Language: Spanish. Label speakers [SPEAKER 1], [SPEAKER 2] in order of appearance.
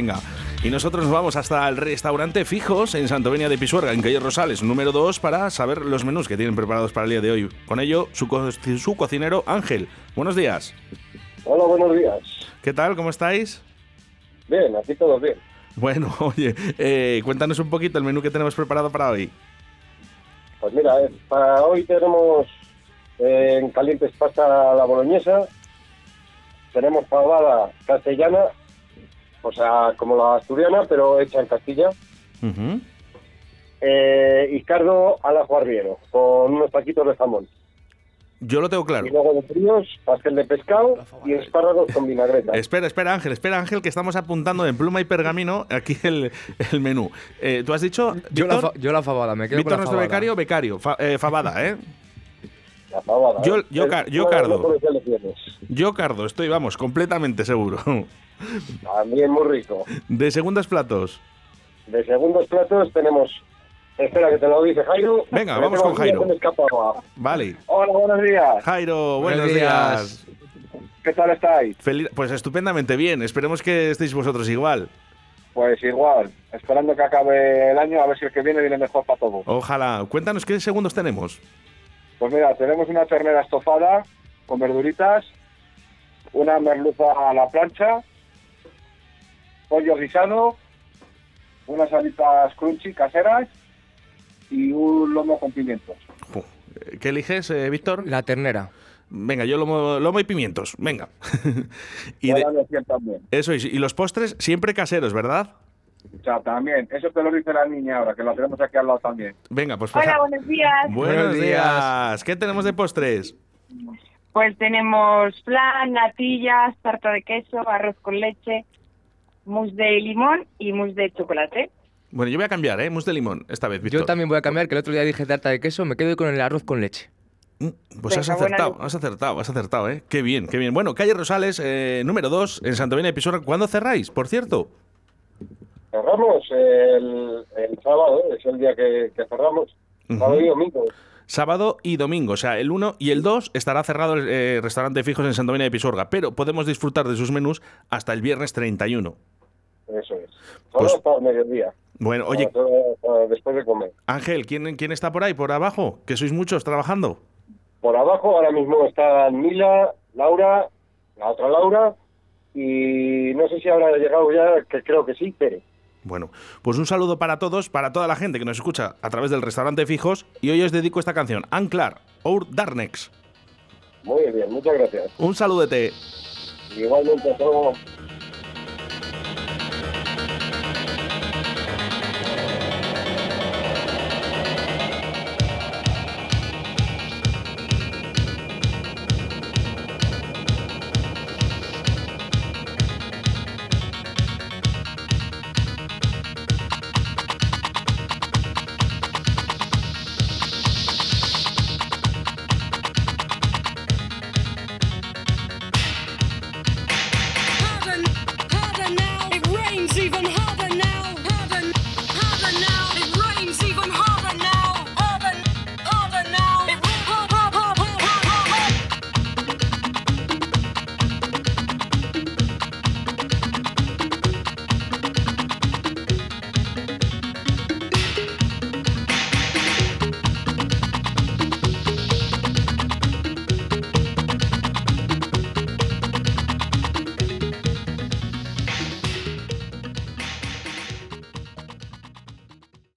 [SPEAKER 1] Venga, y nosotros nos vamos hasta el restaurante Fijos en Santovenia de Pisuerga, en calle Rosales, número 2, para saber los menús que tienen preparados para el día de hoy. Con ello, su, co- su cocinero Ángel. Buenos días.
[SPEAKER 2] Hola, buenos días.
[SPEAKER 1] ¿Qué tal? ¿Cómo estáis?
[SPEAKER 2] Bien, aquí todo bien.
[SPEAKER 1] Bueno, oye, eh, cuéntanos un poquito el menú que tenemos preparado para hoy.
[SPEAKER 2] Pues mira, eh, para hoy tenemos eh, en calientes pasta a la boloñesa, tenemos pavada castellana, o sea, como la asturiana, pero hecha en Castilla,
[SPEAKER 1] Ujú.
[SPEAKER 2] eh, y cardo al ajo arriero, con unos taquitos de jamón.
[SPEAKER 1] Yo lo tengo claro.
[SPEAKER 2] Y luego de fríos, pastel de pescado y espárragos con vinagreta.
[SPEAKER 1] Espera, espera, Ángel, espera, Ángel, que estamos apuntando en pluma y pergamino aquí el, el menú. Eh, Tú has dicho.
[SPEAKER 3] Yo la,
[SPEAKER 1] Víctor?
[SPEAKER 3] fa- yo la fabada, me quedo
[SPEAKER 1] Víctor,
[SPEAKER 3] con la
[SPEAKER 1] nuestro
[SPEAKER 3] fabada.
[SPEAKER 1] becario, becario, fa- eh, fabada, ¿eh?
[SPEAKER 2] La pavada.
[SPEAKER 1] Yo-
[SPEAKER 2] ¿eh?
[SPEAKER 1] yo
[SPEAKER 2] Es
[SPEAKER 1] car- yo
[SPEAKER 2] una de las
[SPEAKER 1] cardo.
[SPEAKER 2] mejores elecciones.
[SPEAKER 1] Yo, Cardo, estoy, vamos, completamente seguro.
[SPEAKER 2] También muy rico.
[SPEAKER 1] De segundos platos.
[SPEAKER 2] De segundos platos tenemos. Espera, que te lo dice Jairo.
[SPEAKER 1] Venga,
[SPEAKER 2] Que
[SPEAKER 1] vamos
[SPEAKER 2] tengo
[SPEAKER 1] con
[SPEAKER 2] aquí,
[SPEAKER 1] Jairo.
[SPEAKER 2] se me escapaba.
[SPEAKER 1] Vale.
[SPEAKER 2] Hola, buenos días.
[SPEAKER 1] Jairo, buenos,
[SPEAKER 3] Buenos
[SPEAKER 1] días.
[SPEAKER 3] días.
[SPEAKER 2] ¿Qué tal estáis?
[SPEAKER 1] Feliz- pues estupendamente bien. Esperemos que estéis vosotros igual.
[SPEAKER 2] Pues igual, esperando que acabe el año, a ver si el que viene viene mejor para todos.
[SPEAKER 1] Oh. Ojalá. Cuéntanos qué segundos tenemos.
[SPEAKER 2] Pues mira, tenemos una ternera estofada con verduritas, una merluza a la plancha, pollo guisado, unas alitas crunchy caseras y un lomo con pimientos.
[SPEAKER 1] Ju, eh, ¿Qué eliges, eh, Víctor?
[SPEAKER 3] La ternera.
[SPEAKER 1] Venga, yo lomo, lomo y pimientos. Venga. y de-
[SPEAKER 2] Buena elección también.
[SPEAKER 1] eso es. Y los postres siempre caseros, ¿verdad?
[SPEAKER 2] O sea, también, eso te lo dice la niña ahora, que lo tenemos aquí al lado también.
[SPEAKER 1] Venga, pues.
[SPEAKER 4] Hola,
[SPEAKER 1] pues-
[SPEAKER 4] buenos días.
[SPEAKER 1] buenos
[SPEAKER 3] Buenos
[SPEAKER 1] días.
[SPEAKER 3] días.
[SPEAKER 1] ¿Qué tenemos de postres?
[SPEAKER 4] Pues tenemos flan, natillas, tarta de queso, arroz con leche, mousse de limón y mousse de chocolate.
[SPEAKER 1] Bueno, yo voy a cambiar, ¿eh? Mousse de limón, esta vez, Víctor.
[SPEAKER 3] Yo también voy a cambiar, que el otro día dije tarta de queso, me quedo con el arroz con leche.
[SPEAKER 1] Mm, Pues has
[SPEAKER 4] Venga, buena
[SPEAKER 1] acertado,
[SPEAKER 4] luz.
[SPEAKER 1] has acertado, has acertado, ¿eh? Qué bien, qué bien. Bueno, calle Rosales, eh, número 2, en Santovenia de Pisuerga. ¿Cuándo cerráis, por cierto?
[SPEAKER 2] Cerramos el, el sábado, ¿eh? es el día que, que cerramos, sábado y domingo.
[SPEAKER 1] Sábado y domingo, o sea, el 1 y el 2 estará cerrado el eh, restaurante fijos en Santovenia de Pisuerga, pero podemos disfrutar de sus menús hasta el viernes 31.
[SPEAKER 2] Eso es.
[SPEAKER 1] Pues-
[SPEAKER 2] Sábado hasta el mediodía.
[SPEAKER 1] Bueno, oye,
[SPEAKER 2] Hasta- hasta después de comer.
[SPEAKER 1] Ángel, ¿quién, ¿quién está por ahí, por abajo? Que sois muchos trabajando.
[SPEAKER 2] Por abajo ahora mismo están Mila, Laura, la otra Laura, y no sé si habrá llegado ya, que creo que sí, Pérez.
[SPEAKER 1] Bueno, pues un saludo para todos, para toda la gente que nos escucha a través del restaurante fijos, y hoy os dedico esta canción, Anclar, Our Darnex.
[SPEAKER 2] Muy bien, muchas gracias.
[SPEAKER 1] Un saludete.
[SPEAKER 2] Igualmente a todos.
[SPEAKER 5] harder, harder now. It rains even harder.